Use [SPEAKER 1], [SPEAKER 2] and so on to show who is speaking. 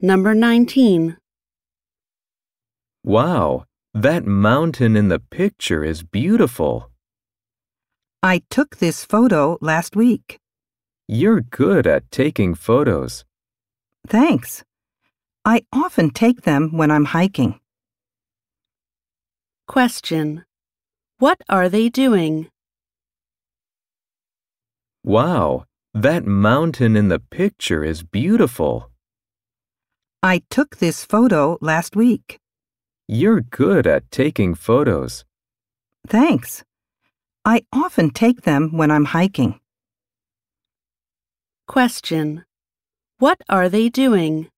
[SPEAKER 1] Number 19.
[SPEAKER 2] Wow, that mountain in the picture is beautiful.
[SPEAKER 3] I took this photo last week.
[SPEAKER 2] You're good at taking photos.
[SPEAKER 3] Thanks. I often take them when I'm hiking.
[SPEAKER 1] Question. What are they doing?
[SPEAKER 2] Wow, that mountain in the picture is beautiful.
[SPEAKER 3] I took this photo last week.
[SPEAKER 2] You're good at taking photos.
[SPEAKER 3] Thanks. I often take them when I'm hiking.
[SPEAKER 1] Question. What are they doing?